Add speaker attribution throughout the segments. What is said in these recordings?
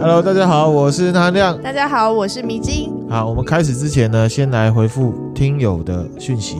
Speaker 1: Hello，大家好，我是韩亮。
Speaker 2: 大家好，我是迷津。
Speaker 1: 好，我们开始之前呢，先来回复听友的讯息。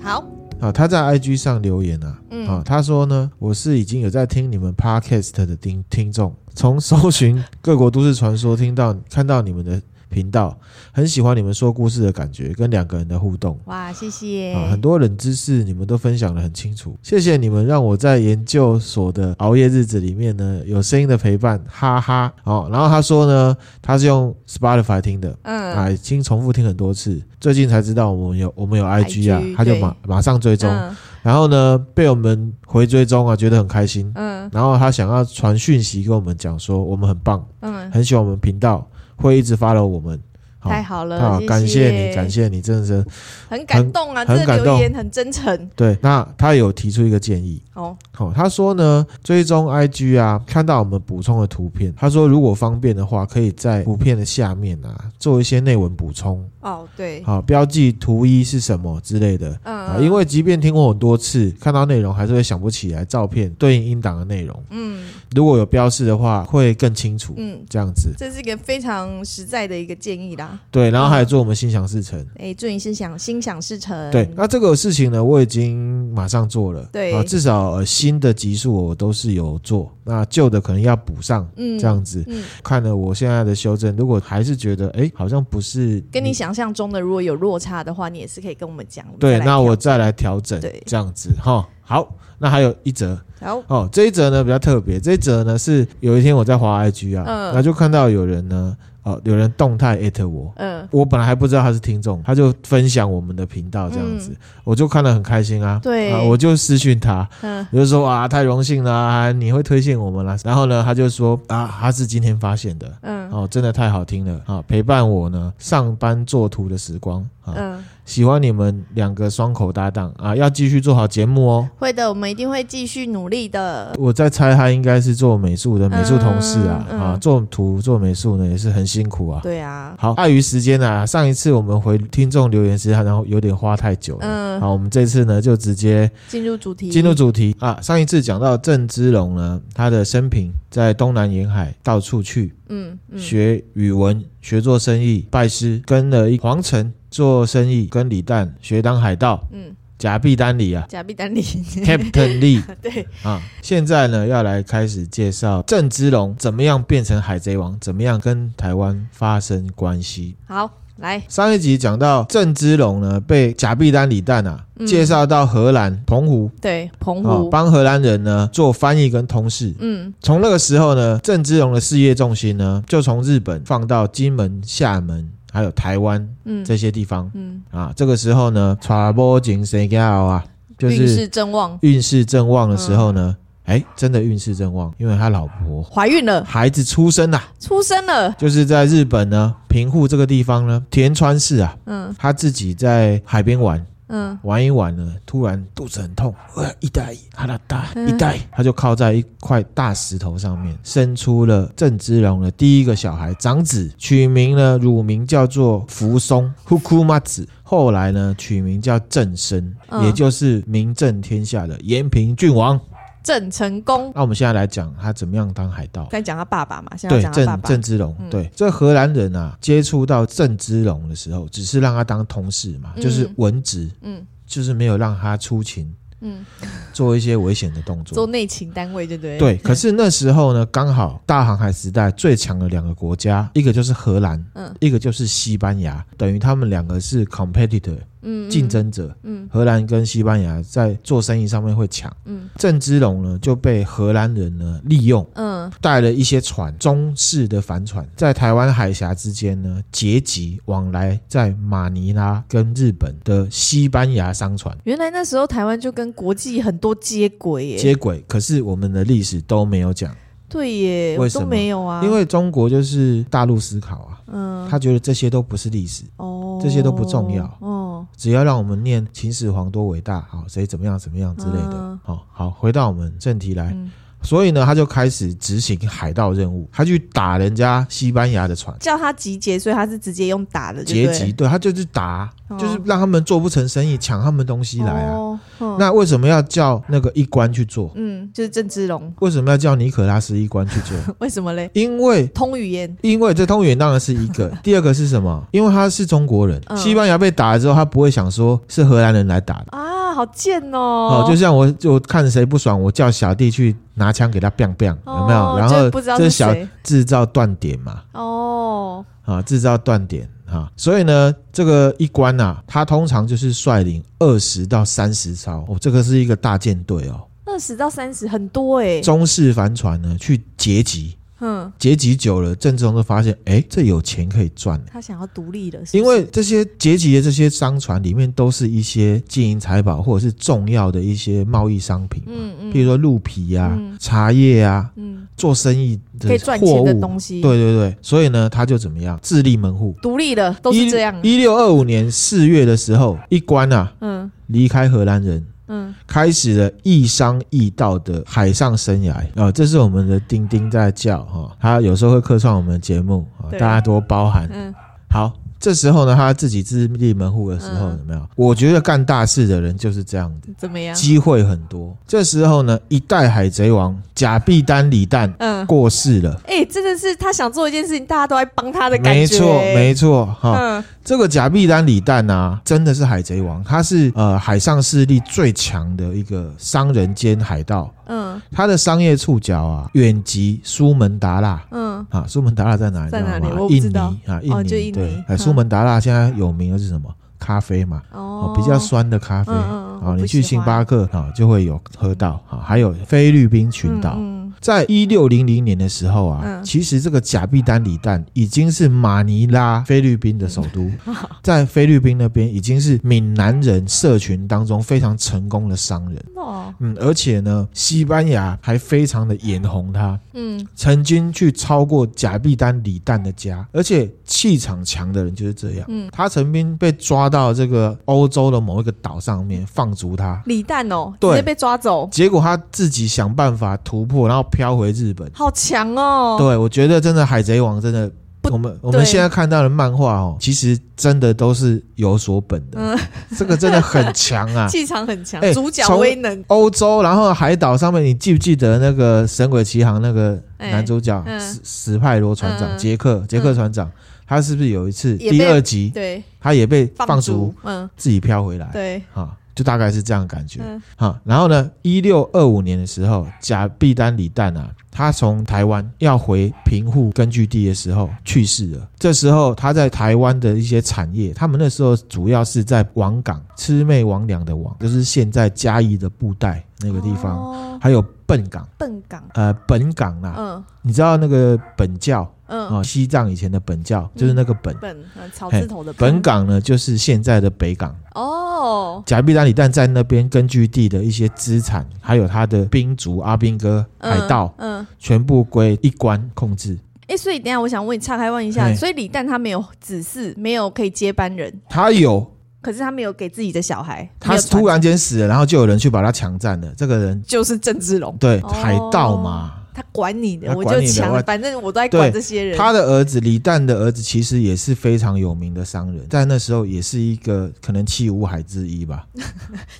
Speaker 2: 好，
Speaker 1: 好，他在 IG 上留言啊，
Speaker 2: 嗯
Speaker 1: 啊，他说呢，我是已经有在听你们 Podcast 的听听众，从搜寻各国都市传说听到看到你们的频道，很喜欢你们说故事的感觉跟两个人的互动。
Speaker 2: 哇，谢谢。
Speaker 1: 啊，很多冷知识你们都分享的很清楚，谢谢你们让我在研究所的熬夜日子里面呢有声音的陪伴，哈哈哦。然后他说呢，他是用 Spotify 听的。啊，
Speaker 2: 嗯
Speaker 1: 已经重复听很多次，最近才知道我们有我们有 IG 啊，
Speaker 2: IG
Speaker 1: 他就
Speaker 2: 对
Speaker 1: 马马上追踪，
Speaker 2: 嗯
Speaker 1: 然后呢被我们回追踪啊，觉得很开心，
Speaker 2: 嗯
Speaker 1: 然后他想要传讯息跟我们讲说我们很棒，
Speaker 2: 嗯，
Speaker 1: 很喜欢我们频道，会一直 follow 我们，好
Speaker 2: 太好了，
Speaker 1: 好，感谢你，
Speaker 2: 谢
Speaker 1: 感，谢你，真的是
Speaker 2: 很感动啊，
Speaker 1: 很
Speaker 2: 这
Speaker 1: 感
Speaker 2: 个
Speaker 1: 动
Speaker 2: 留言很真诚。
Speaker 1: 对，那他有提出一个建议，
Speaker 2: 哦，
Speaker 1: 好、他说呢，追踪 IG 啊，看到我们补充的图片，他说如果方便的话，可以在图片的下面啊做一些内文补充，
Speaker 2: 哦，对，
Speaker 1: 好、标记图一是什么之类的。啊，
Speaker 2: 嗯，
Speaker 1: 因为即便听过很多次，看到内容还是会想不起来照片对应音档的内容。
Speaker 2: 嗯
Speaker 1: 如果有标示的话，会更清楚。
Speaker 2: 嗯，
Speaker 1: 这样子，
Speaker 2: 这是一个非常实在的一个建议啦。
Speaker 1: 对，然后还有做我们心想事成。
Speaker 2: 哎，祝你心想心想事成。
Speaker 1: 对，那这个事情呢，我已经马上做了。
Speaker 2: 嗯对
Speaker 1: 啊，至少、呃、新的集数我都是有做，那旧的可能要补上。
Speaker 2: 嗯，
Speaker 1: 这样子、
Speaker 2: 嗯，
Speaker 1: 看了我现在的修正，如果还是觉得哎、诶好像不是
Speaker 2: 跟你想象中的如果有落差的话，你也是可以跟我们讲。们
Speaker 1: 对，
Speaker 2: 再来
Speaker 1: 那我
Speaker 2: 调
Speaker 1: 再来调整
Speaker 2: 对，
Speaker 1: 这样子哈。好，那还有一则
Speaker 2: 好，
Speaker 1: 哦，这一则呢比较特别，这一则呢是有一天我在滑 IG 啊，
Speaker 2: 嗯
Speaker 1: 那就看到有人呢，哦，有人动态艾特我。
Speaker 2: 嗯，
Speaker 1: 我本来还不知道他是听众，他就分享我们的频道这样子，我就看得很开心啊。
Speaker 2: 嗯对
Speaker 1: 啊，我就私讯他，
Speaker 2: 嗯
Speaker 1: 我就说啊，太荣幸啦、你会推荐我们啦、然后呢，他就说啊，他是今天发现的，
Speaker 2: 嗯
Speaker 1: 哦，真的太好听了啊！陪伴我呢上班做图的时光啊，
Speaker 2: 嗯，
Speaker 1: 喜欢你们两个双口搭档啊，要继续做好节目哦。
Speaker 2: 会的，我们一定会继续努力的。
Speaker 1: 我在猜他应该是做美术的美术同事啊、
Speaker 2: 嗯嗯
Speaker 1: 啊，做图做美术呢也是很辛苦啊。
Speaker 2: 对啊，
Speaker 1: 好，碍于时间啊，上一次我们回听众留言时，然后有点花太久了。
Speaker 2: 嗯
Speaker 1: 好，我们这次呢就直接
Speaker 2: 进入主题，
Speaker 1: 进入主题啊。上一次讲到郑芝龙呢，他的生平在东南沿海到处去，
Speaker 2: 嗯嗯
Speaker 1: 学语文，学做生意，拜师，跟了一皇城做生意，跟李旦学当海盗，
Speaker 2: 嗯，
Speaker 1: 假币丹里啊
Speaker 2: 假币丹尼，
Speaker 1: ，Captain Lee
Speaker 2: 对，
Speaker 1: 啊。现在呢，要来开始介绍郑芝龙怎么样变成海贼王，怎么样跟台湾发生关系。
Speaker 2: 好，来，
Speaker 1: 上一集讲到郑芝龙呢，被假币丹李旦啊
Speaker 2: 嗯
Speaker 1: 介绍到荷兰澎湖。
Speaker 2: 对，澎
Speaker 1: 啊
Speaker 2: 湖，
Speaker 1: 帮荷兰人呢做翻译跟通事，
Speaker 2: 嗯
Speaker 1: 从那个时候呢，郑芝龙的事业重心呢，就从日本放到金门、厦门，还有台湾
Speaker 2: 嗯
Speaker 1: 这些地方、
Speaker 2: 嗯，
Speaker 1: 啊。这个时候呢，传播景谁要啊，就
Speaker 2: 嗯运
Speaker 1: 是
Speaker 2: 势正旺，
Speaker 1: 运势正旺的时候
Speaker 2: 嗯
Speaker 1: 呢，哎、真的运势正旺，因为他老婆
Speaker 2: 怀孕了，
Speaker 1: 孩子出生啦、
Speaker 2: 出生了，
Speaker 1: 就是在日本呢平户这个地方呢，田川市啊，
Speaker 2: 嗯
Speaker 1: 他自己在海边玩。
Speaker 2: 嗯
Speaker 1: 玩一玩呢，突然肚子很痛，呃，一代哈啦哒
Speaker 2: 嗯
Speaker 1: 一代，他就靠在一块大石头上面，生出了郑芝龙的第一个小孩长子，取名呢乳名叫做福松 （Hukuma 子），后来呢取名叫郑生，
Speaker 2: 嗯
Speaker 1: 也就是名震天下的延平郡王。
Speaker 2: 郑成功，
Speaker 1: 那我们现在来讲他怎么样当海盗。
Speaker 2: 该讲他爸爸嘛，现在
Speaker 1: 对
Speaker 2: 要讲他爸
Speaker 1: 郑
Speaker 2: 爸，
Speaker 1: 郑芝龙，
Speaker 2: 嗯
Speaker 1: 对这荷兰人啊，接触到郑芝龙的时候，只是让他当同事嘛，就是
Speaker 2: 嗯
Speaker 1: 文职，
Speaker 2: 嗯
Speaker 1: 就是没有让他出勤，
Speaker 2: 嗯，
Speaker 1: 做一些危险的动
Speaker 2: 做
Speaker 1: 作。
Speaker 2: 内勤单位，对不对？
Speaker 1: 对，可是那时候呢，刚好大航海时代最强的两个国家，一个就是荷兰，
Speaker 2: 嗯
Speaker 1: 一个就是西班牙，等于他们两个是 competitor
Speaker 2: 嗯，嗯
Speaker 1: 竞，争者。
Speaker 2: 嗯
Speaker 1: 荷兰跟西班牙在做生意上面会抢。
Speaker 2: 嗯
Speaker 1: 郑芝龙呢就被荷兰人呢利用，
Speaker 2: 嗯
Speaker 1: 带了一些船，中式的帆船，在台湾海峡之间呢结集往来，在马尼拉跟日本的西班牙商船。
Speaker 2: 原来那时候台湾就跟国际很多接轨耶，
Speaker 1: 接轨，可是我们的历史都没有讲，
Speaker 2: 对耶，
Speaker 1: 为
Speaker 2: 我
Speaker 1: 什么
Speaker 2: 都没有啊，
Speaker 1: 因为中国就是大陆思考啊，
Speaker 2: 嗯
Speaker 1: 他觉得这些都不是历史，
Speaker 2: 哦
Speaker 1: 这些都不重要
Speaker 2: 哦，
Speaker 1: 只要让我们念秦始皇多伟大，好谁怎么样怎么样之类的
Speaker 2: 嗯。
Speaker 1: 好好，回到我们正题来，
Speaker 2: 嗯
Speaker 1: 所以呢，他就开始执行海盗任务，他去打人家西班牙的船，
Speaker 2: 叫他集结，所以他是直接用打的就对
Speaker 1: 劫
Speaker 2: 了，
Speaker 1: 集，对他就是打，
Speaker 2: 哦
Speaker 1: 就是让他们做不成生意，抢他们东西来啊。
Speaker 2: 哦嗯
Speaker 1: 那为什么要叫那个一官去做？
Speaker 2: 嗯，就是郑芝龙，
Speaker 1: 为什么要叫尼可拉斯一官去做？
Speaker 2: 为什么嘞？
Speaker 1: 因为
Speaker 2: 通语言，
Speaker 1: 因为这通语言当然是一个，第二个是什么？因为他是中国人，
Speaker 2: 嗯
Speaker 1: 西班牙被打了之后，他不会想说是荷兰人来打的。
Speaker 2: 啊，好贱哦！
Speaker 1: 哦，就像我就看谁不爽，我叫小弟去拿枪给他 biang biang，有没有？
Speaker 2: 哦
Speaker 1: 然
Speaker 2: 就
Speaker 1: 后
Speaker 2: 不知道
Speaker 1: 这
Speaker 2: 是
Speaker 1: 小
Speaker 2: 谁
Speaker 1: 制造断点嘛，
Speaker 2: 哦，
Speaker 1: 啊，制造断点啊，所以呢，这个一关啊，他通常就是率领二十到三十艘，哦，这个是一个大舰队哦，
Speaker 2: 二十到三十很多哎、
Speaker 1: 中式帆船呢去劫集，
Speaker 2: 嗯，
Speaker 1: 劫集久了，郑成功就发现，哎，这有钱可以赚。
Speaker 2: 他想要独立了，是不是
Speaker 1: 因为这些劫集的这些商船里面都是一些金银财宝或者是重要的一些贸易商品，
Speaker 2: 嗯嗯，
Speaker 1: 譬如说鹿皮啊、
Speaker 2: 嗯
Speaker 1: 茶叶啊，
Speaker 2: 嗯
Speaker 1: 做生意的
Speaker 2: 可以赚
Speaker 1: 货
Speaker 2: 钱
Speaker 1: 物
Speaker 2: 的东西，
Speaker 1: 对，对对，所以呢，他就怎么样自立门户。
Speaker 2: 独立了都是这样，啊
Speaker 1: 一六二五年四月的时候，一关啊
Speaker 2: 嗯
Speaker 1: 离开荷兰人，
Speaker 2: 嗯，
Speaker 1: 开始了异商异道的海上生涯啊、呃这是我们的丁丁在叫哈、他有时候会客串我们的节目啊、
Speaker 2: 对
Speaker 1: 大家多包涵。
Speaker 2: 嗯，
Speaker 1: 好，这时候呢，他自己自立门户的时候，
Speaker 2: 嗯
Speaker 1: 有没有？我觉得干大事的人就是这样子，
Speaker 2: 怎么样？
Speaker 1: 机会很多。这时候呢，一代海贼王贾碧丹李旦
Speaker 2: 嗯，
Speaker 1: 过世了。
Speaker 2: 哎、真的是他想做一件事情，大家都在帮他的感觉、欸
Speaker 1: 没错，没错，哈、
Speaker 2: 嗯
Speaker 1: 这个贾碧丹李旦啊，真的是海贼王，他是呃海上势力最强的一个商人兼海盗，
Speaker 2: 嗯
Speaker 1: 他的商业触角啊，远及苏门答腊。
Speaker 2: 嗯，
Speaker 1: 啊，苏门答腊在哪里？
Speaker 2: 在哪里
Speaker 1: 你知道吗
Speaker 2: 我不
Speaker 1: 印
Speaker 2: 知
Speaker 1: 尼
Speaker 2: 道
Speaker 1: 啊，印尼、
Speaker 2: 哦就印尼
Speaker 1: 对，哎，
Speaker 2: 嗯
Speaker 1: 苏门答腊现在有名的是什么？咖啡嘛，哦
Speaker 2: 哦，，
Speaker 1: 比较酸的咖啡。
Speaker 2: 嗯嗯嗯
Speaker 1: 啊
Speaker 2: 我，不
Speaker 1: 你去
Speaker 2: 喜
Speaker 1: 星
Speaker 2: 欢
Speaker 1: 巴克啊，就会有喝到啊，还有菲律宾群岛，
Speaker 2: 嗯
Speaker 1: 在一六零零年的时候啊，
Speaker 2: 嗯
Speaker 1: 其实这个贾碧丹李旦已经是马尼拉菲律宾的首 都，
Speaker 2: 哦
Speaker 1: 在菲律宾那边已经是闽南人社群当中非常成功的商人。
Speaker 2: 嗯哦，
Speaker 1: 嗯，而且呢，西班牙还非常的眼红他，
Speaker 2: 嗯，
Speaker 1: 曾经去超过贾碧丹李旦的家，而且气场强的人就是这样。
Speaker 2: 嗯
Speaker 1: 他曾经被抓到这个欧洲的某一个岛上面放逐他，
Speaker 2: 李诞哦，直
Speaker 1: 对
Speaker 2: 接被抓走，
Speaker 1: 结果他自己想办法突破，然后飘回日本。
Speaker 2: 好强哦，
Speaker 1: 对，我觉得真的《海贼王》真的，
Speaker 2: 不
Speaker 1: 我们我们现在看到的漫画哦，其实真的都是有所本的，
Speaker 2: 嗯。
Speaker 1: 这个真的很强啊
Speaker 2: 气场很强
Speaker 1: 哎，
Speaker 2: 主角
Speaker 1: 从
Speaker 2: 威能，
Speaker 1: 欧洲，然后海岛上面，你记不记得那个《神鬼奇航》那个
Speaker 2: 哎
Speaker 1: 男主角
Speaker 2: 嗯
Speaker 1: 史史派罗船长
Speaker 2: 嗯
Speaker 1: 杰克杰克船长，他是不是有一次
Speaker 2: 也
Speaker 1: 第
Speaker 2: 被
Speaker 1: 二集
Speaker 2: 对，
Speaker 1: 他也被放
Speaker 2: 逐
Speaker 1: 逐，，
Speaker 2: 嗯，
Speaker 1: 自己飘回来？
Speaker 2: 对，
Speaker 1: 啊，就大概是这样的感觉。
Speaker 2: 嗯
Speaker 1: 好，然后呢，一六二五年的时候，贾碧丹李旦啊，他从台湾要回平户根据地的时候去世了。这时候他在台湾的一些产业，他们那时候主要是在王港、魑魅魍魉的魍，就是现在嘉义的布袋那个地方，
Speaker 2: 哦
Speaker 1: 还有笨港，
Speaker 2: 笨港，
Speaker 1: 呃，本港啦、
Speaker 2: 嗯
Speaker 1: 你知道那个本教啊、
Speaker 2: 嗯，
Speaker 1: 西藏以前的本教就是那个本。
Speaker 2: 笨，嗯草
Speaker 1: 嘿
Speaker 2: 字头的
Speaker 1: 本港呢，就是现在的北港。
Speaker 2: 哦，
Speaker 1: 贾碧丹李旦在那边根据地的一些资产，还有他的兵卒阿兵哥、
Speaker 2: 嗯
Speaker 1: 海盗，
Speaker 2: 嗯，
Speaker 1: 全部归一关控制。
Speaker 2: 哎、所以等一下我想问你，岔开问一下，
Speaker 1: 嘿
Speaker 2: 所以李诞他没有子嗣，没有可以接班人，
Speaker 1: 他有，
Speaker 2: 可是他没有给自己的小孩，
Speaker 1: 他
Speaker 2: 没有传
Speaker 1: 突然间死了，然后就有人去把他强占了。这个人
Speaker 2: 就是郑芝龙，
Speaker 1: 对
Speaker 2: 哦
Speaker 1: 海盗嘛，
Speaker 2: 他管你的，
Speaker 1: 他
Speaker 2: 我
Speaker 1: 管
Speaker 2: 就
Speaker 1: 你的
Speaker 2: 强
Speaker 1: 我，
Speaker 2: 反正我都在管
Speaker 1: 对
Speaker 2: 这些人。
Speaker 1: 他的儿子李旦的儿子其实也是非常有名的商人，在那时候也是一个可能七五海之一吧。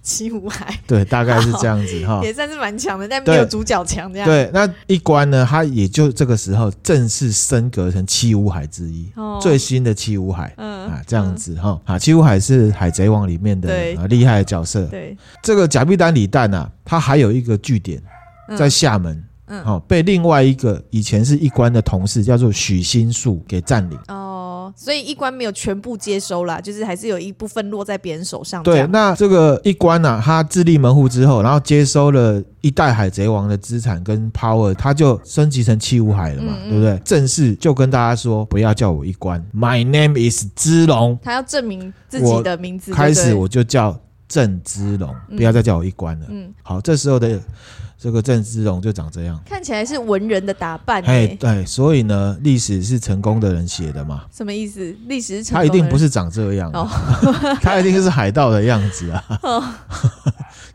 Speaker 2: 七五海
Speaker 1: 对，大概是这样子哈。
Speaker 2: 也算是蛮强的，但
Speaker 1: 啊对
Speaker 2: 没有主角强这样。
Speaker 1: 对，那一关呢，他也就这个时候正式升格成七五海之一，
Speaker 2: 哦
Speaker 1: 最新的七五海。
Speaker 2: 嗯
Speaker 1: 啊，这样子哈，啊，七武海是《海贼王》里面的
Speaker 2: 对
Speaker 1: 啊厉害的角色
Speaker 2: 嗯。对，
Speaker 1: 这个贾碧丹李旦啊，他还有一个据点
Speaker 2: 嗯
Speaker 1: 在厦门，
Speaker 2: 嗯
Speaker 1: 哦，被另外一个以前是一关的同事叫做许心树给占领。
Speaker 2: 哦，所以一关没有全部接收啦，就是还是有一部分落在别人手上这
Speaker 1: 对，
Speaker 2: 样。
Speaker 1: 那这个一关啊，他自立门户之后，然后接收了一代海贼王的资产跟 power，他就升级成七武海了嘛，
Speaker 2: 嗯嗯
Speaker 1: 对不对？正式就跟大家说，不要叫我一关，My name is 之龙，
Speaker 2: 他要证明自己的名字。
Speaker 1: 开
Speaker 2: 对
Speaker 1: 始
Speaker 2: 不对
Speaker 1: 我就叫郑之龙，
Speaker 2: 嗯
Speaker 1: 不要再叫我一关了。
Speaker 2: 嗯，
Speaker 1: 好，这时候的这个郑芝龙就长这样。
Speaker 2: 看起来是文人的打扮、
Speaker 1: 哎，
Speaker 2: 欸，
Speaker 1: 对，所以呢，历史是成功的人写的嘛，
Speaker 2: 什么意思？历史是成
Speaker 1: 他
Speaker 2: 功
Speaker 1: 一
Speaker 2: 的
Speaker 1: 定
Speaker 2: 人
Speaker 1: 不是长这样、
Speaker 2: 哦
Speaker 1: 他一定 是海盗的样子啊。
Speaker 2: 哦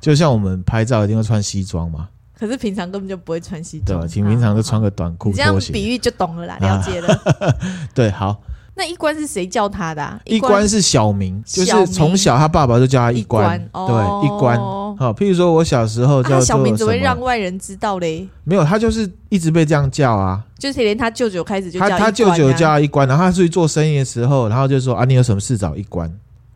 Speaker 1: 就像我们拍照一定要穿西装嘛，
Speaker 2: 可是平常根本就不会穿西
Speaker 1: 对
Speaker 2: 装
Speaker 1: 吧？，请平常就穿
Speaker 2: 个
Speaker 1: 个短裤
Speaker 2: 你这样
Speaker 1: 拖鞋。啊
Speaker 2: 比喻就懂了啦，了解了。
Speaker 1: 对，好，
Speaker 2: 那一关是谁叫他的、啊？
Speaker 1: 一关是小名，就
Speaker 2: 小
Speaker 1: 是
Speaker 2: 名
Speaker 1: 从小他爸爸就叫他一
Speaker 2: 一
Speaker 1: 关
Speaker 2: 关，
Speaker 1: 对，一关。
Speaker 2: 哦
Speaker 1: 好，譬如说我小时候
Speaker 2: 啊、
Speaker 1: 叫
Speaker 2: 他
Speaker 1: 做
Speaker 2: 小名
Speaker 1: 什
Speaker 2: 怎么会让
Speaker 1: 么？
Speaker 2: 外人知道嘞？
Speaker 1: 没有，他就是一直被这样叫啊。
Speaker 2: 就是连他舅舅开始就
Speaker 1: 他
Speaker 2: 叫一关、啊、
Speaker 1: 他舅舅叫他一关，然后他出去做生意的时候，然后就说啊，你有什么事找一关？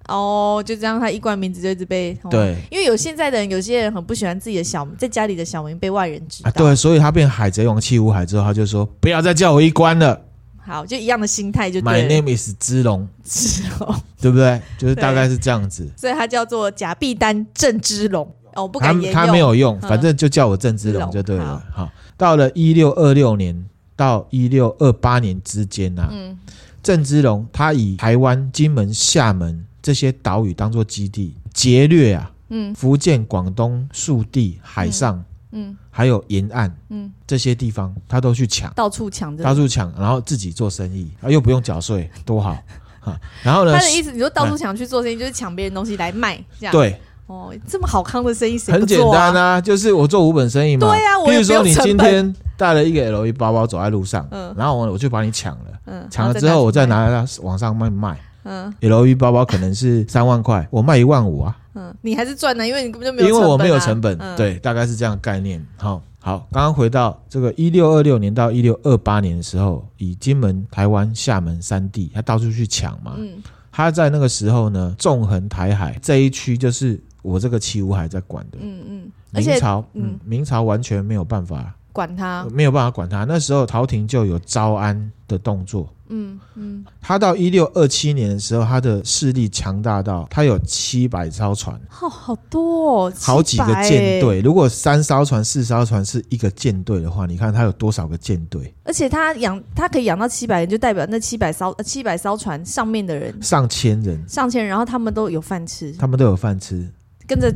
Speaker 2: 哦，就这样，他一关名字就一直被、哦，
Speaker 1: 对
Speaker 2: 因为有现在的人，有些人很不喜欢自己的小在家里的小名被外人知道。
Speaker 1: 啊，对，所以他变海贼王七武海之后，他就说不要再叫我一关了
Speaker 2: 好，就一样的心态就
Speaker 1: ，My
Speaker 2: 对了。
Speaker 1: name is 之龙，
Speaker 2: 之龙，
Speaker 1: 对不对？就是
Speaker 2: 对
Speaker 1: 大概是这样子。
Speaker 2: 所以他叫做假币丹郑之龙。哦，不
Speaker 1: 他
Speaker 2: 敢沿用。
Speaker 1: 他没有用，反
Speaker 2: 嗯
Speaker 1: 正就叫我郑芝龙
Speaker 2: 龙
Speaker 1: 就对了。好，到了一六二六年到一六二八年之间啊，
Speaker 2: 嗯，
Speaker 1: 郑芝龙他以台湾、金门、厦门这些岛屿当做基地，劫掠啊，
Speaker 2: 嗯，
Speaker 1: 福建、广东属地、海上，
Speaker 2: 嗯，
Speaker 1: 还有沿岸，
Speaker 2: 嗯，
Speaker 1: 这些地方他都去抢，
Speaker 2: 到处抢着。
Speaker 1: 到处抢，然后自己做生意，啊，又不用缴税，多好。哈然后呢
Speaker 2: 他？的意思，你说到处抢去做生意，就是抢别人东西来卖，这样。。
Speaker 1: 对，
Speaker 2: 哦，这么好康的生意谁
Speaker 1: 很
Speaker 2: 不
Speaker 1: 简
Speaker 2: 做
Speaker 1: 单
Speaker 2: 啊？
Speaker 1: 啊，就是我做五本生意嘛。
Speaker 2: 对啊我
Speaker 1: 比
Speaker 2: 也
Speaker 1: 如
Speaker 2: 不
Speaker 1: 说
Speaker 2: 用
Speaker 1: 你
Speaker 2: 成
Speaker 1: 今
Speaker 2: 本
Speaker 1: 天带了一个 LV 包包走在路上，
Speaker 2: 嗯
Speaker 1: 然后我我就把你抢了，
Speaker 2: 嗯，
Speaker 1: 抢
Speaker 2: 然
Speaker 1: 了
Speaker 2: 后
Speaker 1: 之后我再
Speaker 2: 去卖。
Speaker 1: 拿它往上卖卖。
Speaker 2: 嗯
Speaker 1: LV 包包可能是三万块，我卖一万五啊，
Speaker 2: 嗯，你还是赚的，因为你根本就没有
Speaker 1: 因为
Speaker 2: 成本啊、
Speaker 1: 我没有成本，
Speaker 2: 嗯、
Speaker 1: 对，大概是这样的概念。好，好，刚刚回到这个一六二六年到一六二八年的时候，以金门、台湾、厦门三地，他到处去抢嘛。
Speaker 2: 嗯
Speaker 1: 他在那个时候呢，纵横台海这一区就是我这个七五海在管的。
Speaker 2: 嗯嗯，而
Speaker 1: 明
Speaker 2: 且
Speaker 1: 朝，
Speaker 2: 嗯
Speaker 1: 嗯，明朝完全没有办法，
Speaker 2: 管他
Speaker 1: 呃，没有办法管他。那时候朝廷就有招安的动作。
Speaker 2: 嗯嗯，
Speaker 1: 他到一六二七年的时候，他的势力强大到他有七百艘船，
Speaker 2: 好好多、哦，
Speaker 1: 好几个
Speaker 2: 700
Speaker 1: 舰
Speaker 2: 欸，
Speaker 1: 队。如果三艘船、四艘船是一个舰队的话，你看他有多少个舰队？
Speaker 2: 而且他养他可以养到七百人，就代表那七百艘呃七百艘船上面的人
Speaker 1: 上千人，
Speaker 2: 上千人，然后他们都有饭吃，
Speaker 1: 他们都有饭吃，
Speaker 2: 跟着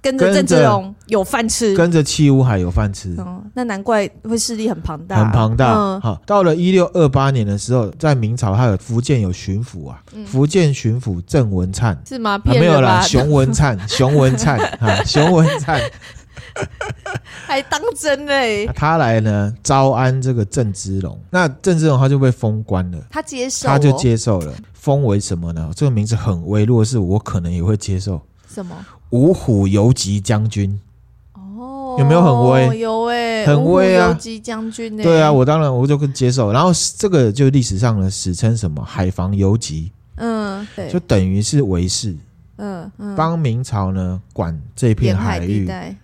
Speaker 2: 跟
Speaker 1: 跟
Speaker 2: 着郑
Speaker 1: 着
Speaker 2: 志龙有饭吃。
Speaker 1: 跟着七五海有饭吃。
Speaker 2: 嗯，那难怪会势力很庞大，
Speaker 1: 很庞大。
Speaker 2: 嗯
Speaker 1: 好，到了一六二八年的时候，在明朝还有福建有巡抚啊，福建巡抚郑文灿，
Speaker 2: 是吗？
Speaker 1: 啊、
Speaker 2: 嗯骗
Speaker 1: 没有
Speaker 2: 人
Speaker 1: 啦，
Speaker 2: 吧？
Speaker 1: 熊文灿， 熊文灿啊，熊文灿，
Speaker 2: 哎还当真欸嘞、
Speaker 1: 他来呢招安这个郑芝龙，那郑芝龙他就被封官了。
Speaker 2: 他接受、哦，
Speaker 1: 他就接受了，封为什么呢？这个名字很微弱，是我可能也会接受。
Speaker 2: 什么？
Speaker 1: 五虎游击将军，
Speaker 2: 哦，
Speaker 1: 有没有很威
Speaker 2: 有哎、
Speaker 1: 很威啊
Speaker 2: 五虎游击将军欸呢、
Speaker 1: 对啊，我当然我就跟接受。然后这个就历史上呢史称什么海防游击，
Speaker 2: 嗯，对，
Speaker 1: 就等于是维氏。
Speaker 2: 嗯嗯，
Speaker 1: 帮明朝呢管这片
Speaker 2: 沿
Speaker 1: 海
Speaker 2: 地
Speaker 1: 域，
Speaker 2: 带、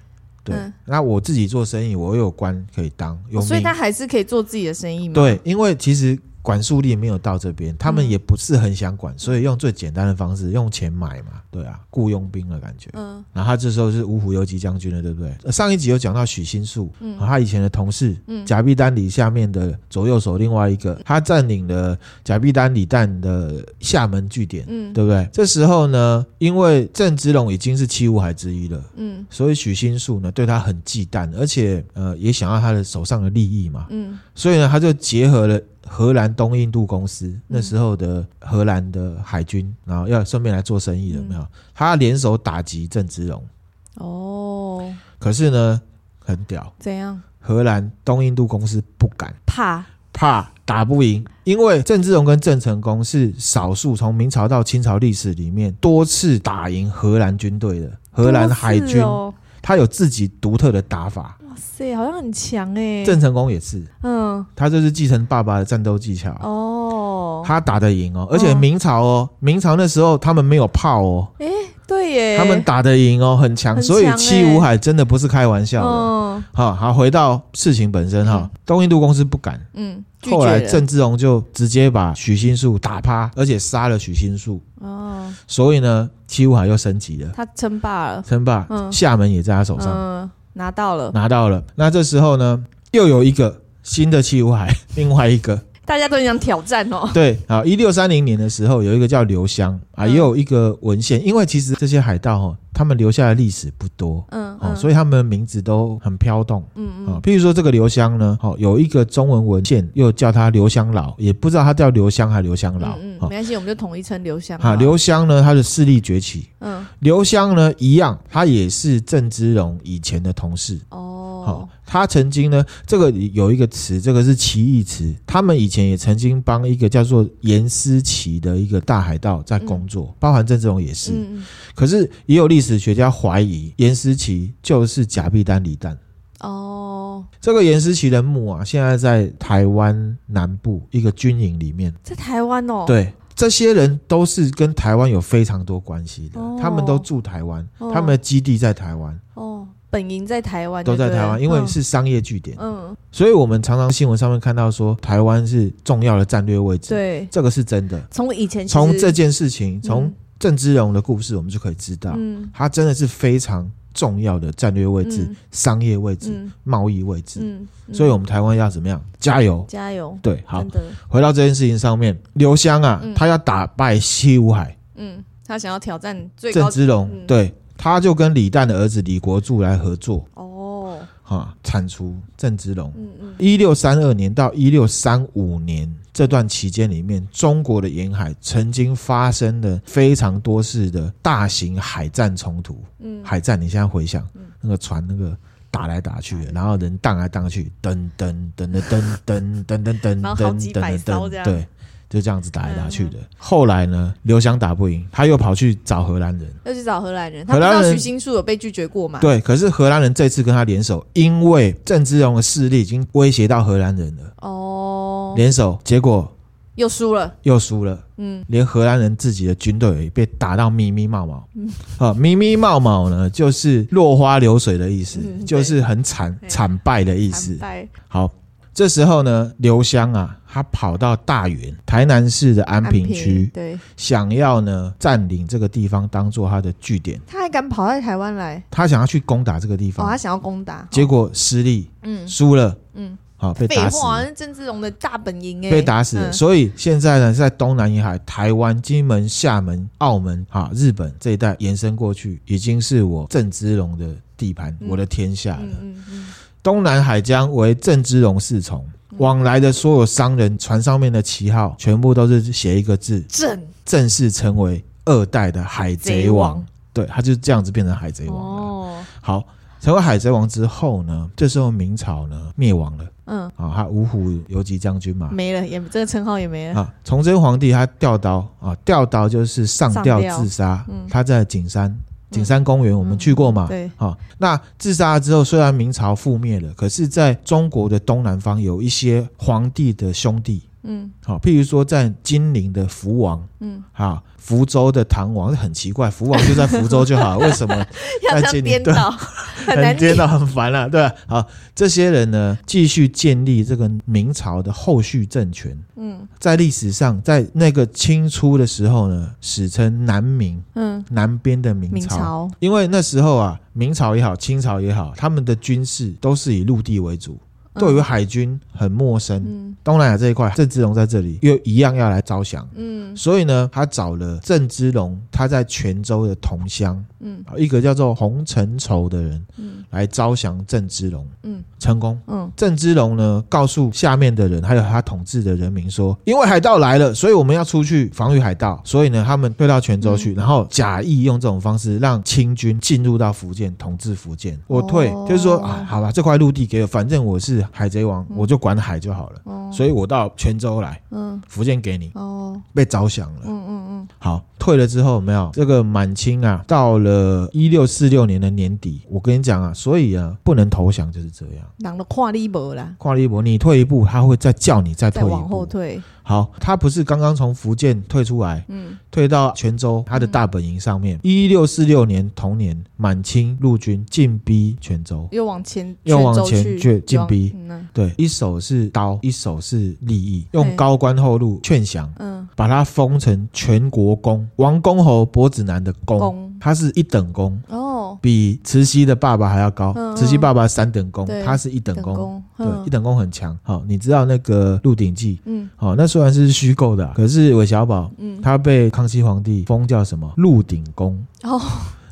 Speaker 1: 对、
Speaker 2: 嗯
Speaker 1: 那我自己做生意，我有官可以当，有
Speaker 2: 哦所以
Speaker 1: 名、
Speaker 2: 他还是可以做自己的生意嘛。，
Speaker 1: 对，因为其实管束力没有到这边，他们
Speaker 2: 嗯
Speaker 1: 也不是很想管，所以用最简单的方式，用钱买嘛，对啊，雇佣兵的感觉。
Speaker 2: 嗯
Speaker 1: 然后他这时候是五虎游击将军了，对不对？呃上一集有讲到许新树，
Speaker 2: 嗯
Speaker 1: 和他以前的同事
Speaker 2: 嗯
Speaker 1: 贾碧丹里下面的左右手另外一个，他占领了贾碧丹里旦的厦门据点，
Speaker 2: 嗯
Speaker 1: 对不对？这时候呢，因为郑芝龙已经是七五海之一了。
Speaker 2: 嗯
Speaker 1: 所以许新树呢对他很忌惮，而且呃也想要他的手上的利益嘛，
Speaker 2: 嗯
Speaker 1: 所以呢他就结合了荷兰东印度公司那时候的荷兰的海军，然后要顺便来做生意了，有没有？他联手打击郑芝龙，
Speaker 2: 哦，
Speaker 1: 可是呢很屌，
Speaker 2: 怎样？
Speaker 1: 荷兰东印度公司不敢，
Speaker 2: 怕
Speaker 1: 怕打不赢，因为郑芝龙跟郑成功是少数从明朝到清朝历史里面多次打赢荷兰军队的。荷兰海
Speaker 2: 多
Speaker 1: 军
Speaker 2: 次，哦，
Speaker 1: 他有自己独特的打法，
Speaker 2: 哇塞，好像很强哎、
Speaker 1: 郑成功也是，
Speaker 2: 嗯
Speaker 1: 他就是继承爸爸的战斗技巧，
Speaker 2: 哦，
Speaker 1: 他打得赢哦。而且明朝哦，明朝那时候他们没有炮哦，
Speaker 2: 对耶，
Speaker 1: 他们打得赢哦，很强。
Speaker 2: 很强
Speaker 1: 所以
Speaker 2: 欸
Speaker 1: 七五海真的不是开玩笑的。
Speaker 2: 嗯
Speaker 1: 好，好，回到事情本身哈，东印度公司不敢。
Speaker 2: 嗯，拒
Speaker 1: 后来
Speaker 2: 绝了
Speaker 1: 郑芝龙就直接把许新树打趴，而且杀了许新树，
Speaker 2: 哦，
Speaker 1: 所以呢，七五海又升级了，
Speaker 2: 他称霸了，
Speaker 1: 称霸，
Speaker 2: 嗯
Speaker 1: 厦门也在他手上
Speaker 2: 嗯，拿到了，
Speaker 1: 拿到了。那这时候呢，又有一个新的七五海，另外一个
Speaker 2: 大家都很想挑战哦。
Speaker 1: 对，好，一六三零年的时候，有一个叫刘湘啊，
Speaker 2: 嗯
Speaker 1: 也有一个文献，因为其实这些海盗哈，他们留下的历史不多。
Speaker 2: 嗯，
Speaker 1: 哦，
Speaker 2: 嗯
Speaker 1: 所以他们的名字都很飘动
Speaker 2: 嗯
Speaker 1: 啊、
Speaker 2: 嗯，
Speaker 1: 譬如说这个刘湘呢，哦，有一个中文文献又叫他刘湘老，也不知道他叫刘湘还是刘湘老。
Speaker 2: 嗯嗯，
Speaker 1: 哦
Speaker 2: 没关系，我们就统一称刘翔。
Speaker 1: 好，刘湘呢，他的势力崛起。
Speaker 2: 嗯
Speaker 1: 刘湘呢，一样，他也是郑芝龙以前的同事。
Speaker 2: 哦，
Speaker 1: 好、
Speaker 2: 哦，
Speaker 1: 他曾经呢，这个有一个词，这个是奇异词。他们以前也曾经帮一个叫做严思齐的一个大海盗在工作，包含郑志龙也是。
Speaker 2: 嗯嗯嗯
Speaker 1: 可是也有历史学家怀疑严思齐就是假币丹李旦。
Speaker 2: 哦，
Speaker 1: 这个严思齐的墓啊，现在在台湾南部一个军营里面。
Speaker 2: 在台湾哦，，
Speaker 1: 对，这些人都是跟台湾有非常多关系的，
Speaker 2: 哦
Speaker 1: 他们都住台湾，
Speaker 2: 哦
Speaker 1: 他们的基地在台湾，
Speaker 2: 哦，本营在台湾就
Speaker 1: 都
Speaker 2: 对了，
Speaker 1: 在台湾，因为
Speaker 2: 嗯
Speaker 1: 是商业据点。
Speaker 2: 嗯，
Speaker 1: 所以我们常常新闻上面看到说台湾是重要的战略位置，
Speaker 2: 对，
Speaker 1: 这个是真的。
Speaker 2: 从以前其实
Speaker 1: 从这件事情，从
Speaker 2: 嗯
Speaker 1: 郑芝龙的故事，我们就可以知道，
Speaker 2: 嗯
Speaker 1: 它真的是非常重要的战略位置、
Speaker 2: 嗯
Speaker 1: 商业位置、
Speaker 2: 嗯
Speaker 1: 贸易位置。
Speaker 2: 嗯，嗯
Speaker 1: 所以，我们台湾要怎么样？加油！
Speaker 2: 加油，
Speaker 1: 对，好
Speaker 2: 真，的，
Speaker 1: 回到这件事情上面，刘湘啊，
Speaker 2: 嗯
Speaker 1: 他要打败西武海
Speaker 2: 嗯，他想要挑战最
Speaker 1: 郑
Speaker 2: 高
Speaker 1: 芝龙，
Speaker 2: 嗯
Speaker 1: 对，他就跟李旦的儿子李国柱来合作，
Speaker 2: 哦，
Speaker 1: 哈，铲除郑芝龙。
Speaker 2: 嗯嗯
Speaker 1: 一六三二年到一六三五年这段期间里面，中国的沿海曾经发生了非常多次的大型海战冲突。
Speaker 2: 嗯，
Speaker 1: 海战，你现在回想
Speaker 2: 嗯哎
Speaker 1: 那个船那个打来打去的，然后人荡来荡去，噔噔噔噔噔噔噔噔噔
Speaker 2: 然
Speaker 1: 噔
Speaker 2: 后好
Speaker 1: 噔
Speaker 2: 几百
Speaker 1: 噔
Speaker 2: 艘
Speaker 1: 噔，
Speaker 2: 这样嗯
Speaker 1: 对，就这样子打来打去的。后来呢，刘翔打不赢，他又跑去找荷兰人。
Speaker 2: 要去找荷兰人，他
Speaker 1: 荷
Speaker 2: 不知
Speaker 1: 兰
Speaker 2: 道
Speaker 1: 人
Speaker 2: 徐新树有被拒绝过嘛？，
Speaker 1: 对，可是荷兰人这次跟他联手，因为郑芝龙的势力已经威胁到荷兰人了，
Speaker 2: 哦，
Speaker 1: 联手，结果
Speaker 2: 又输了，
Speaker 1: 又输了，
Speaker 2: 嗯，
Speaker 1: 连荷兰人自己的军队也被打到咪咪冒冒。
Speaker 2: 嗯
Speaker 1: 啊，咪咪冒冒呢，就是落花流水的意思，
Speaker 2: 嗯对
Speaker 1: 就是很惨
Speaker 2: 对
Speaker 1: 惨败的意思
Speaker 2: 惨。败，
Speaker 1: 好，这时候呢，刘湘啊，他跑到大员，台南市的安平区，
Speaker 2: 对，
Speaker 1: 想要呢占领这个地方当做他的据点，
Speaker 2: 他还敢跑到台湾来，
Speaker 1: 他想要去攻打这个地
Speaker 2: 哦，
Speaker 1: 方，
Speaker 2: 他想要攻打，
Speaker 1: 结果失利，
Speaker 2: 嗯，
Speaker 1: 输了，
Speaker 2: 嗯，
Speaker 1: 好、被
Speaker 2: 废
Speaker 1: 打死了。
Speaker 2: 话，那郑志龙的大本营哎，
Speaker 1: 被打死了。
Speaker 2: 嗯
Speaker 1: 所以现在呢，在东南沿海、台湾、金门、厦门、澳门、啊、日本这一带延伸过去，已经是我郑芝龙的地盘，
Speaker 2: 嗯
Speaker 1: 我的天下了。
Speaker 2: 嗯嗯嗯，
Speaker 1: 东南海疆为郑芝龙侍从。往来的所有商人船上面的旗号，全部都是写一个字，
Speaker 2: 郑
Speaker 1: 正式成为二代的海贼
Speaker 2: 贼
Speaker 1: 王。
Speaker 2: 王
Speaker 1: 对，他就这样子变成海贼王了。
Speaker 2: 哦，
Speaker 1: 好，成为海贼王之后呢，这时候明朝呢灭亡了
Speaker 2: 嗯，
Speaker 1: 啊，他五虎游击将军嘛，
Speaker 2: 没了，也这个称号也没了，
Speaker 1: 啊，崇祯皇帝他吊刀啊，吊刀就是上吊自杀，
Speaker 2: 嗯
Speaker 1: 他在景山。景山公园我们去过嘛？
Speaker 2: 对
Speaker 1: 好、那自杀之后，虽然明朝覆灭了，可是在中国的东南方有一些皇帝的兄弟，
Speaker 2: 嗯
Speaker 1: 好、譬如说在金陵的福王，
Speaker 2: 嗯，
Speaker 1: 啊，福州的唐王，很奇怪，福王就在福州就好， 为什么
Speaker 2: 要
Speaker 1: 那
Speaker 2: 这
Speaker 1: 今
Speaker 2: 样颠
Speaker 1: 年
Speaker 2: 倒，很难
Speaker 1: 颠
Speaker 2: 听
Speaker 1: 到很烦了、对吧、好，这些人呢，继续建立这个明朝的后续政权，
Speaker 2: 嗯
Speaker 1: 在历史上，在那个清初的时候呢，史称南明，
Speaker 2: 嗯，
Speaker 1: 南边的明朝。
Speaker 2: 明朝，
Speaker 1: 因为那时候啊，明朝也好，清朝也好，他们的军事都是以陆地为主，
Speaker 2: 嗯
Speaker 1: 对于海军很陌生。
Speaker 2: 嗯
Speaker 1: 东南亚这一块，郑芝龙在这里又一样要来招降，
Speaker 2: 嗯
Speaker 1: 所以呢，他找了郑芝龙他在泉州的同乡，
Speaker 2: 嗯
Speaker 1: 一个叫做洪承畴的人
Speaker 2: 嗯
Speaker 1: 来招降郑芝龙，
Speaker 2: 嗯
Speaker 1: 成功。
Speaker 2: 嗯，
Speaker 1: 郑芝龙呢，告诉下面的人还有他统治的人民说，因为海盗来了，所以我们要出去防御海盗，所以呢，他们退到泉州
Speaker 2: 嗯
Speaker 1: 去，然后假意用这种方式让清军进入到福建统治福建。我退，
Speaker 2: 哦
Speaker 1: 就是说啊，好吧，这块陆地给我，反正我是海贼王，
Speaker 2: 嗯
Speaker 1: 我就管海就好了，
Speaker 2: 哦，
Speaker 1: 所以我到泉州来，
Speaker 2: 嗯
Speaker 1: 福建给你，
Speaker 2: 哦，
Speaker 1: 被招降了。
Speaker 2: 嗯嗯嗯，
Speaker 1: 好，退了之后有没有这个满清啊？到了一六四六年的年底，我跟你讲啊，所以啊，不能投降就是这样。
Speaker 2: 人都看你无啦，
Speaker 1: 跨了一步，你退一步，他会再叫你再退
Speaker 2: 再
Speaker 1: 一步。
Speaker 2: 往后退，
Speaker 1: 好，他不是刚刚从福建退出来，
Speaker 2: 嗯
Speaker 1: 退到泉州他的大本营上面。一六四六年同年，满清陆军进逼泉州。
Speaker 2: 又往前，
Speaker 1: 又往
Speaker 2: 泉州
Speaker 1: 前
Speaker 2: 去
Speaker 1: 去进
Speaker 2: 往
Speaker 1: 逼
Speaker 2: 嗯啊
Speaker 1: 对，一手是刀，一手是利益，用
Speaker 2: 对
Speaker 1: 高官厚禄劝降，
Speaker 2: 嗯，
Speaker 1: 把他封成全国公，王公侯伯子男的公，
Speaker 2: 公
Speaker 1: 他是一等公，
Speaker 2: 哦，
Speaker 1: 比慈禧的爸爸还要高。
Speaker 2: 嗯嗯
Speaker 1: 慈禧爸爸三等公，
Speaker 2: 对
Speaker 1: 他是一等
Speaker 2: 等
Speaker 1: 公。
Speaker 2: 公，
Speaker 1: 对，一
Speaker 2: 嗯
Speaker 1: 等公很强。好、你知道那个《鹿鼎记》
Speaker 2: 嗯
Speaker 1: 好、哦那虽然是虚构的啊、可是韦小宝
Speaker 2: 嗯，
Speaker 1: 他被康熙皇帝封叫什么鹿鼎公？
Speaker 2: 哦，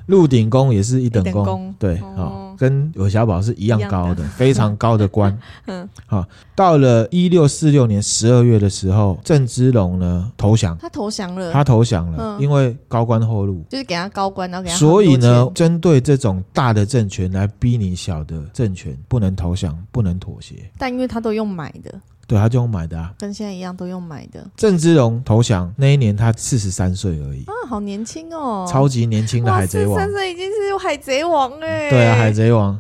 Speaker 1: 鹿鼎公也是一等
Speaker 2: 一等
Speaker 1: 功
Speaker 2: 功，
Speaker 1: 对，
Speaker 2: 哦
Speaker 1: 哦，跟韦小宝是一样高
Speaker 2: 一
Speaker 1: 的，非常高的官。
Speaker 2: 嗯，
Speaker 1: 好、到了一六四六年十二月的时候，郑芝龙呢投降，
Speaker 2: 他投降了，
Speaker 1: 他投降了，
Speaker 2: 嗯
Speaker 1: 因为高官厚禄。
Speaker 2: 就是给他高官，然后给他
Speaker 1: 所以
Speaker 2: 很
Speaker 1: 呢
Speaker 2: 多，钱
Speaker 1: 针对这种大的政权来逼你小的政权，不能投降，不能妥协。
Speaker 2: 但因为他都用买的，
Speaker 1: 对他就用买的啊。
Speaker 2: 跟现在一样都用买的
Speaker 1: 郑芝龙投降那一年，他四十三岁而已，
Speaker 2: 啊，好年轻哦，
Speaker 1: 超级年轻的海贼王
Speaker 2: 哇43。岁已经是海贼王哎、
Speaker 1: 对啊，海贼王。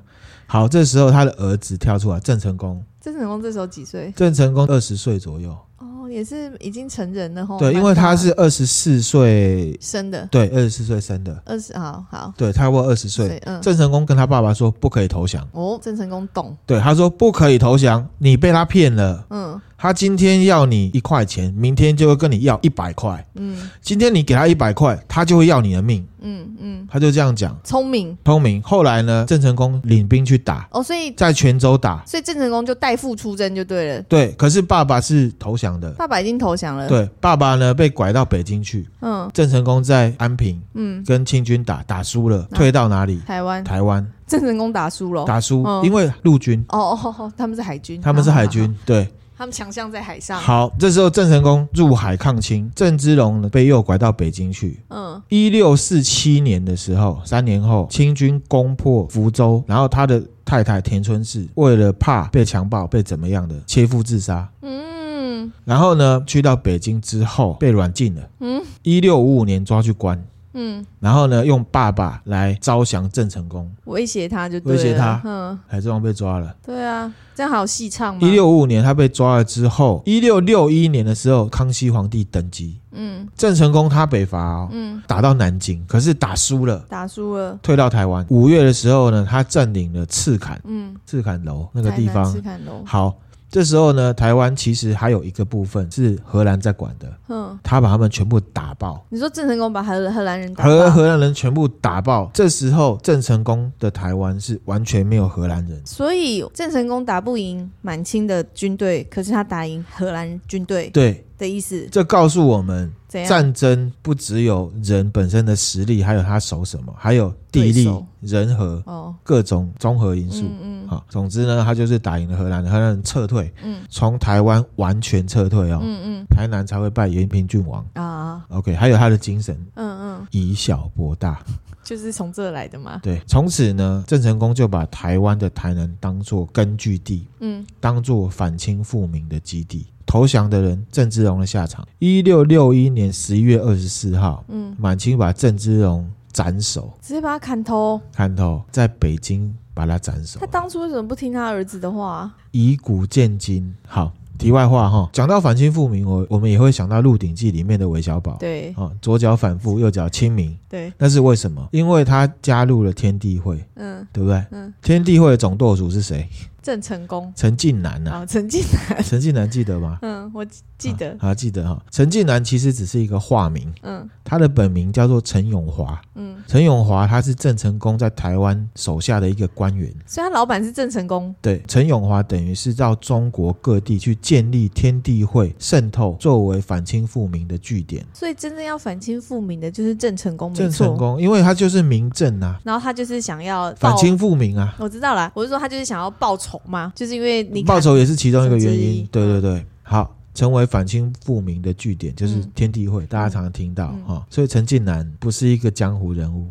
Speaker 1: 好，这时候他的儿子跳出来，郑成功。
Speaker 2: 郑成功这时候几岁？
Speaker 1: 郑成功二十岁左右，
Speaker 2: 哦，也是已经成人了吼。
Speaker 1: 对，
Speaker 2: 哦蛮
Speaker 1: 因为
Speaker 2: 大
Speaker 1: 他
Speaker 2: 的
Speaker 1: 是二十四岁，
Speaker 2: 生的，
Speaker 1: 对，二十四岁生的，
Speaker 2: 二十好好
Speaker 1: 对，差不多二十岁。
Speaker 2: 以嗯，
Speaker 1: 郑成功跟他爸爸说不可以投降，
Speaker 2: 哦，郑成功懂，
Speaker 1: 对，他说不可以投降，你被他骗了。
Speaker 2: 嗯
Speaker 1: 他今天要你一块钱，明天就会跟你要一百块。
Speaker 2: 嗯
Speaker 1: 今天你给他一百块，他就会要你的命。
Speaker 2: 嗯嗯，
Speaker 1: 他就这样讲，
Speaker 2: 聪明
Speaker 1: 聪明。后来呢，郑成功领兵去打，
Speaker 2: 哦，所以
Speaker 1: 在泉州打。
Speaker 2: 所以郑成功就代父出征就对了，
Speaker 1: 对，可是爸爸是投降的。
Speaker 2: 爸爸已经投降了，，
Speaker 1: 对，爸爸呢被拐到北京去。
Speaker 2: 嗯
Speaker 1: 郑成功在安平
Speaker 2: 嗯，
Speaker 1: 跟清军打，打输了，退到哪里？
Speaker 2: 台湾
Speaker 1: 台湾
Speaker 2: 郑成功打输了，
Speaker 1: 打输，
Speaker 2: 嗯
Speaker 1: 因为陆军，
Speaker 2: 哦哦哦，他们是海军，
Speaker 1: 他们是海
Speaker 2: 好，好
Speaker 1: 军。对，
Speaker 2: 好他们强项在海上，
Speaker 1: 好，这时候郑成功入海抗清，郑芝龙呢被诱拐到北京去。
Speaker 2: 嗯
Speaker 1: 一六四七年的时候，三年后，清军攻破福州，然后他的太太田春氏为了怕被强暴被怎么样的，切腹自杀。
Speaker 2: 嗯
Speaker 1: 然后呢，去到北京之后被软禁了。
Speaker 2: 嗯，
Speaker 1: 一六五五年抓去关，
Speaker 2: 嗯，
Speaker 1: 然后呢，用爸爸来招降郑成功，
Speaker 2: 威胁他就对
Speaker 1: 威
Speaker 2: 了，
Speaker 1: 胁他
Speaker 2: 嗯，
Speaker 1: 海贼王被抓了。
Speaker 2: 对啊，这样还有戏唱吗？
Speaker 1: 一六五五年他被抓了之后，一六六一年的时候，康熙皇帝登基，
Speaker 2: 嗯
Speaker 1: 郑成功他北伐、哦，
Speaker 2: 嗯，
Speaker 1: 打到南京，可是打输了。
Speaker 2: 打输了，
Speaker 1: 退到台湾，五月的时候呢，他占领了赤坎，
Speaker 2: 嗯，
Speaker 1: 赤坎楼那
Speaker 2: 那
Speaker 1: 个地方
Speaker 2: 赤。坎楼，
Speaker 1: 好，这时候呢，台湾其实还有一个部分是荷兰在管的，
Speaker 2: 嗯，
Speaker 1: 他把他们全部打爆，
Speaker 2: 你说郑成功把荷荷兰人打
Speaker 1: 荷
Speaker 2: 爆
Speaker 1: 荷兰人全部打爆。这时候郑成功的台湾是完全没有荷兰人，
Speaker 2: 所以郑成功打不赢满清的军队，可是他打赢荷兰军队
Speaker 1: 对，
Speaker 2: 的意思，
Speaker 1: 这告诉我们。
Speaker 2: 怎样？
Speaker 1: 战争不只有人本身的实力，还有他守什么，还有地
Speaker 2: 对
Speaker 1: 利
Speaker 2: 手、
Speaker 1: 人和
Speaker 2: 哦，
Speaker 1: 各种综合因素。
Speaker 2: 嗯嗯
Speaker 1: 好，总之呢，他就是打赢了荷兰人，荷兰人撤退，
Speaker 2: 嗯
Speaker 1: 从台湾完全撤退哦，
Speaker 2: 嗯
Speaker 1: 台南才会拜延平郡王。
Speaker 2: 嗯啊，
Speaker 1: OK，还有他的精神
Speaker 2: 嗯嗯，
Speaker 1: 以小博大。
Speaker 2: 就是从这来的嘛，
Speaker 1: 对，从此呢，郑成功就把台湾的台南当做根据地，
Speaker 2: 嗯
Speaker 1: 当做反清复明的基地。投降的人郑芝龙的下场，一六六一年十一月二十四号，
Speaker 2: 嗯，
Speaker 1: 满清把郑芝龙斩首，
Speaker 2: 直接把他砍头。
Speaker 1: 看透，在北京把他斩首
Speaker 2: 他。当初为什么不听他儿子的
Speaker 1: 哦
Speaker 2: 话？
Speaker 1: 以古鉴今。好，题外话哈，讲到反清复明，我我们也会想到《鹿鼎记》里面的韦小宝。
Speaker 2: 对
Speaker 1: 啊、左脚反复，右脚清明，
Speaker 2: 对，
Speaker 1: 那是为什么？因为他加入了天地会，
Speaker 2: 嗯，
Speaker 1: 对不对？
Speaker 2: 嗯，
Speaker 1: 天地会的总舵主是谁？
Speaker 2: 郑成功
Speaker 1: 陈近南呐、
Speaker 2: 啊，陈近南，
Speaker 1: 陈近南记得吗？
Speaker 2: 嗯，我记记得，
Speaker 1: 啊，啊记得哈、陈近南其实只是一个化名，
Speaker 2: 嗯
Speaker 1: 他的本名叫做陈永华。
Speaker 2: 嗯，
Speaker 1: 陈永华他是郑成功在台湾手下的一个官员。
Speaker 2: 所以他老板是郑成功，
Speaker 1: 对，陈永华等于是到中国各地去建立天地会，渗透作为反清复明的据点。
Speaker 2: 所以真正要反清复明的就是郑成功，没
Speaker 1: 郑成
Speaker 2: 错。
Speaker 1: 功，因为他就是明政啊，
Speaker 2: 然后他就是想要报
Speaker 1: 反清复明啊，
Speaker 2: 我知道啦，我是说他就是想要报仇嘛，就是因为你
Speaker 1: 报仇也是其中一个原
Speaker 2: 之一
Speaker 1: 因。对对对，好。成为反清复明的据点，就是
Speaker 2: 嗯
Speaker 1: 天地会，大家常常听到哈、
Speaker 2: 嗯
Speaker 1: 所以陈近南不是一个江湖人物，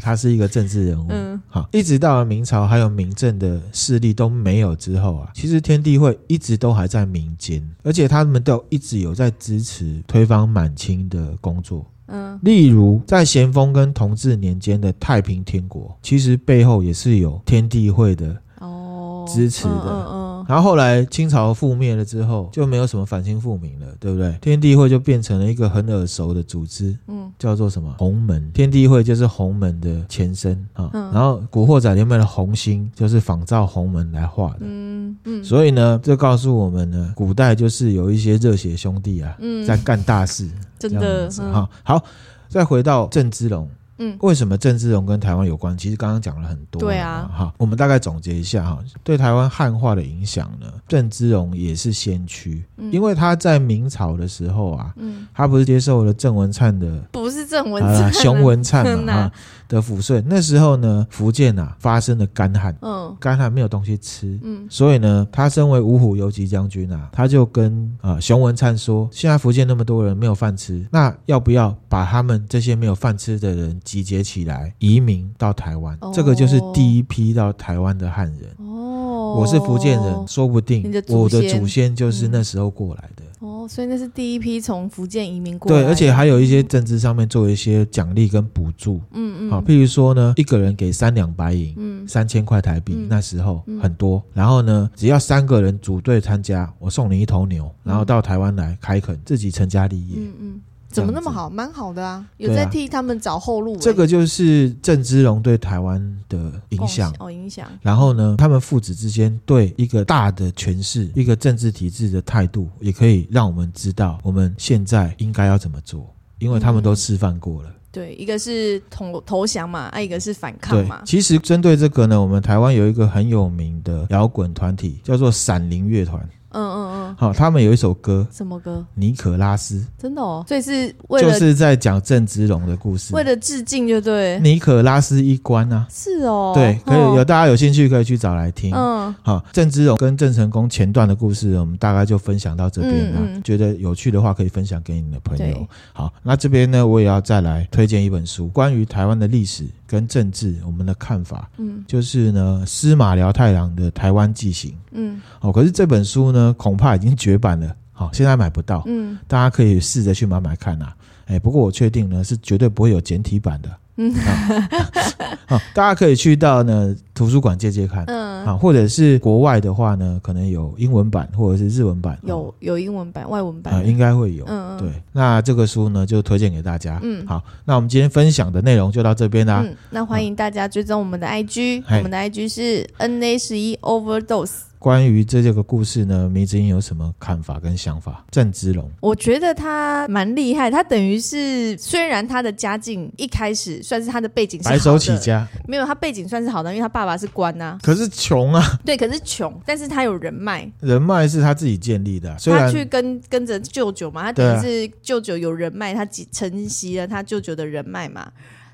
Speaker 1: 他是一个政治人物。
Speaker 2: 嗯
Speaker 1: 好，一直到了明朝还有明政的势力都没有之后啊，其实天地会一直都还在民间，而且他们都一直有在支持推翻满清的工作。
Speaker 2: 嗯
Speaker 1: 例如，在咸丰跟同治年间的太平天国，其实背后也是有天地会的。
Speaker 2: 哦
Speaker 1: 支持的
Speaker 2: 嗯嗯
Speaker 1: 然后后来清朝覆灭了之后，就没有什么反清复明了，对不对？天地会就变成了一个很耳熟的组织，
Speaker 2: 嗯
Speaker 1: 叫做什么洪门。天地会就是洪门的前身啊。
Speaker 2: 嗯
Speaker 1: 然后《古惑仔》里面的红星就是仿照洪门来画的。
Speaker 2: 嗯嗯嗯
Speaker 1: 所以呢，这告诉我们呢，古代就是有一些热血兄弟啊，
Speaker 2: 嗯，
Speaker 1: 在干大事，
Speaker 2: 真
Speaker 1: 这
Speaker 2: 的
Speaker 1: 样子
Speaker 2: 嗯
Speaker 1: 哈、好，再回到郑芝龙，
Speaker 2: 嗯
Speaker 1: 为什么郑芝龙跟台湾有关？其实刚刚讲了很多了嘛，
Speaker 2: 对啊
Speaker 1: 哈，我们大概总结一下哈，对台湾汉化的影响呢，郑芝龙也是先驱，
Speaker 2: 嗯
Speaker 1: 因为他在明朝的时候啊，
Speaker 2: 嗯
Speaker 1: 他不是接受了郑文灿的。
Speaker 2: 不是郑文
Speaker 1: 啊，
Speaker 2: 灿，
Speaker 1: 熊文灿
Speaker 2: 真
Speaker 1: 嘛
Speaker 2: 的
Speaker 1: 哈，的抚顺。那时候呢，福建啊发生了干旱，
Speaker 2: 嗯
Speaker 1: 干旱没有东西吃，
Speaker 2: 嗯
Speaker 1: 所以呢，他身为五虎游击将军啊，他就跟呃熊文灿说，现在福建那么多人没有饭吃，那要不要把他们这些没有饭吃的人集结起来，移民到台湾？
Speaker 2: 哦
Speaker 1: 这个就是第一批到台湾的汉人。
Speaker 2: 哦，
Speaker 1: 我是福建人，说不定
Speaker 2: 你的祖
Speaker 1: 我的
Speaker 2: 先
Speaker 1: 祖先就是
Speaker 2: 嗯
Speaker 1: 那时候过来的。
Speaker 2: 哦，所以那是第一批从福建移民过来
Speaker 1: 对，
Speaker 2: 的，
Speaker 1: 而且还有一些政治上面做一些奖励跟补助。
Speaker 2: 嗯嗯
Speaker 1: 好，譬如说呢，一个人给三两白银，
Speaker 2: 嗯
Speaker 1: 三千块台币，
Speaker 2: 嗯
Speaker 1: 那时候
Speaker 2: 嗯
Speaker 1: 很多。然后呢，只要三个人组队参加，我送你一头牛，然后到台湾来开垦，自己成家立业。
Speaker 2: 嗯嗯，怎么那么好，蛮好的啊，有
Speaker 1: 对啊
Speaker 2: 在替他们找后路欸，
Speaker 1: 这个就是郑芝龙对台湾的影响。
Speaker 2: 哦影响，
Speaker 1: 然后呢，他们父子之间对一个大的权势、一个政治体制的态度，也可以让我们知道我们现在应该要怎么做，因为他们都
Speaker 2: 嗯
Speaker 1: 示范过了。
Speaker 2: 对，一个是投投降嘛，啊，一个是反抗
Speaker 1: 对
Speaker 2: 嘛，，
Speaker 1: 其实针对这个呢，我们台湾有一个很有名的摇滚团体，叫做闪灵乐团。
Speaker 2: 嗯嗯
Speaker 1: 好、他们有一首歌
Speaker 2: 嗯，什么歌？
Speaker 1: 《尼可拉斯
Speaker 2: 真的哦，所以是为》，
Speaker 1: 就
Speaker 2: 了
Speaker 1: 是在讲郑芝龙的故事。
Speaker 2: 为了致敬，就对，
Speaker 1: 尼可拉斯一关啊，
Speaker 2: 是哦，
Speaker 1: 对，可以
Speaker 2: 哦
Speaker 1: 有大家有兴趣可以去找来听。
Speaker 2: 嗯，
Speaker 1: 好，郑芝龙跟郑成功前段的故事，我们大概就分享到这边啦。
Speaker 2: 嗯嗯
Speaker 1: 觉得有趣的话，可以分享给你的朋友
Speaker 2: 对。
Speaker 1: 好，那这边呢，我也要再来推荐一本书，关于台湾的历史跟政治，我们的看法。
Speaker 2: 嗯，
Speaker 1: 就是呢，司马辽太郎的《台湾纪行》。
Speaker 2: 嗯
Speaker 1: 哦，可是这本书呢，恐怕已经绝版了。好、现在买不到，
Speaker 2: 嗯
Speaker 1: 大家可以试着去买买看啊。哎，不过我确定呢，是绝对不会有简体版的。
Speaker 2: 嗯
Speaker 1: 啊， 好、大家可以去到呢图书馆借借看。
Speaker 2: 嗯，
Speaker 1: 啊，或者是国外的话呢，可能有英文版或者是日文版，
Speaker 2: 有有英文版、外文版
Speaker 1: 啊、，应该会有。
Speaker 2: 嗯嗯，
Speaker 1: 对，那这个书呢就推荐给大家。
Speaker 2: 嗯
Speaker 1: 好，那我们今天分享的内容就到这边啊啦。
Speaker 2: 嗯，那欢迎大家追踪我们的 IG，、
Speaker 1: 嗨
Speaker 2: 我们的 IG 是 NA 十一 Overdose。
Speaker 1: 关于这这个故事呢，迷之音有什么看法跟想法？郑芝龙，
Speaker 2: 我觉得他蛮厉害，他等于是虽然他的家境一开始算是他的背景是好
Speaker 1: 白
Speaker 2: 的
Speaker 1: 手起，家，
Speaker 2: 没有他背景算是好的，因为他爸爸是官 呐、
Speaker 1: 可是穷啊，
Speaker 2: 对，可是穷，但是他有人脉，
Speaker 1: 人脉是他自己建立的啊，虽
Speaker 2: 他
Speaker 1: 然
Speaker 2: 去跟跟着舅舅嘛，他
Speaker 1: 对啊
Speaker 2: 等于是舅舅有人脉，他集承袭了他舅舅的人脉嘛。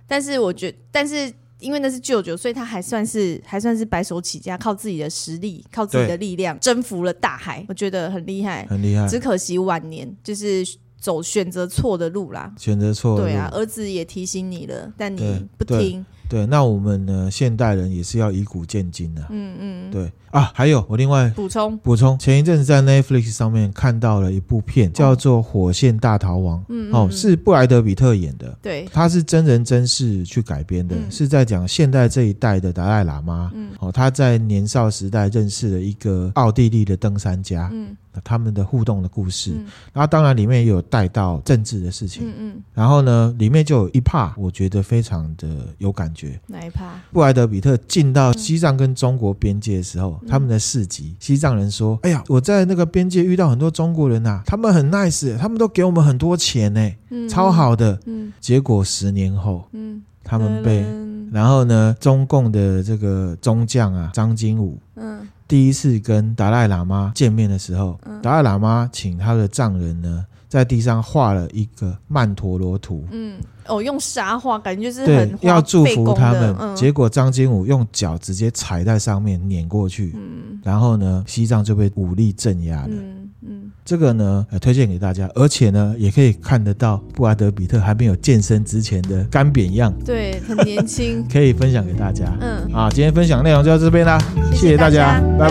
Speaker 2: 但是我觉但是因为那是舅舅，所以他还算是还算是白手起家，靠自己的实力，靠自己的力量征服了大海，我觉得很厉害。
Speaker 1: 很厉害，
Speaker 2: 只可惜晚年就是走选择错的路啦。
Speaker 1: 选择错了
Speaker 2: 对
Speaker 1: 路
Speaker 2: 啊，儿子也提醒你了，但
Speaker 1: 嗯对
Speaker 2: 你不听。
Speaker 1: 对，那我们呢，现代人也是要以古鉴今啊。嗯嗯，对啊，还有我另外
Speaker 2: 补充，
Speaker 1: 补充，前一阵子在 Netflix 上面看到了一部片，叫做《火线大逃亡》，
Speaker 2: 哦嗯
Speaker 1: 哦，
Speaker 2: 嗯
Speaker 1: 是布莱德比特演的。
Speaker 2: 对，
Speaker 1: 它是真人真事去改编的，
Speaker 2: 嗯
Speaker 1: 是在讲现代这一代的达赖喇嘛。哦，他在年少时代认识了一个奥地利的登山家，
Speaker 2: 嗯
Speaker 1: 他们的互动的故事。
Speaker 2: 嗯
Speaker 1: 然后当然里面也有带到政治的事情。
Speaker 2: 嗯嗯，
Speaker 1: 然后呢，里面就有一 part 我觉得非常的有感觉，
Speaker 2: 哪一趴？
Speaker 1: 布莱德比特进到西藏跟中国边界的时候，
Speaker 2: 嗯
Speaker 1: 他们的市集，西藏人说：“哎呀，我在那个边界遇到很多中国人啊呐、他们很 nice，他们都给我们很多钱呢、
Speaker 2: 嗯，
Speaker 1: 超。好的。
Speaker 2: 嗯”
Speaker 1: 结果十年后，
Speaker 2: 嗯，
Speaker 1: 他们被，
Speaker 2: 嗯
Speaker 1: 然后呢，中共的这个中将啊，张金武。
Speaker 2: 嗯
Speaker 1: 第一次跟达赖喇嘛见面的时候，
Speaker 2: 嗯
Speaker 1: 达赖喇嘛请他的藏人呢，在地上画了一个曼陀罗图，
Speaker 2: 嗯，哦，用沙画，感觉就是
Speaker 1: 对
Speaker 2: 很，花
Speaker 1: 要祝
Speaker 2: 费
Speaker 1: 福
Speaker 2: 工
Speaker 1: 他
Speaker 2: 的
Speaker 1: 们。
Speaker 2: 嗯，
Speaker 1: 结果张金武用脚直接踩在上面碾过去，然后呢，西藏就被武力镇压了。
Speaker 2: 嗯嗯，
Speaker 1: 这个呢、呃推荐给大家，而且呢，也可以看得到布莱德比特还没有健身之前的干扁样，
Speaker 2: 对，很年
Speaker 1: 。
Speaker 2: 轻
Speaker 1: 可以分享给大家。
Speaker 2: 嗯，
Speaker 1: 啊，今天分享内容就到这边啦，
Speaker 2: 谢
Speaker 1: 谢大
Speaker 2: 大
Speaker 1: 拜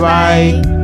Speaker 1: 拜
Speaker 2: 拜拜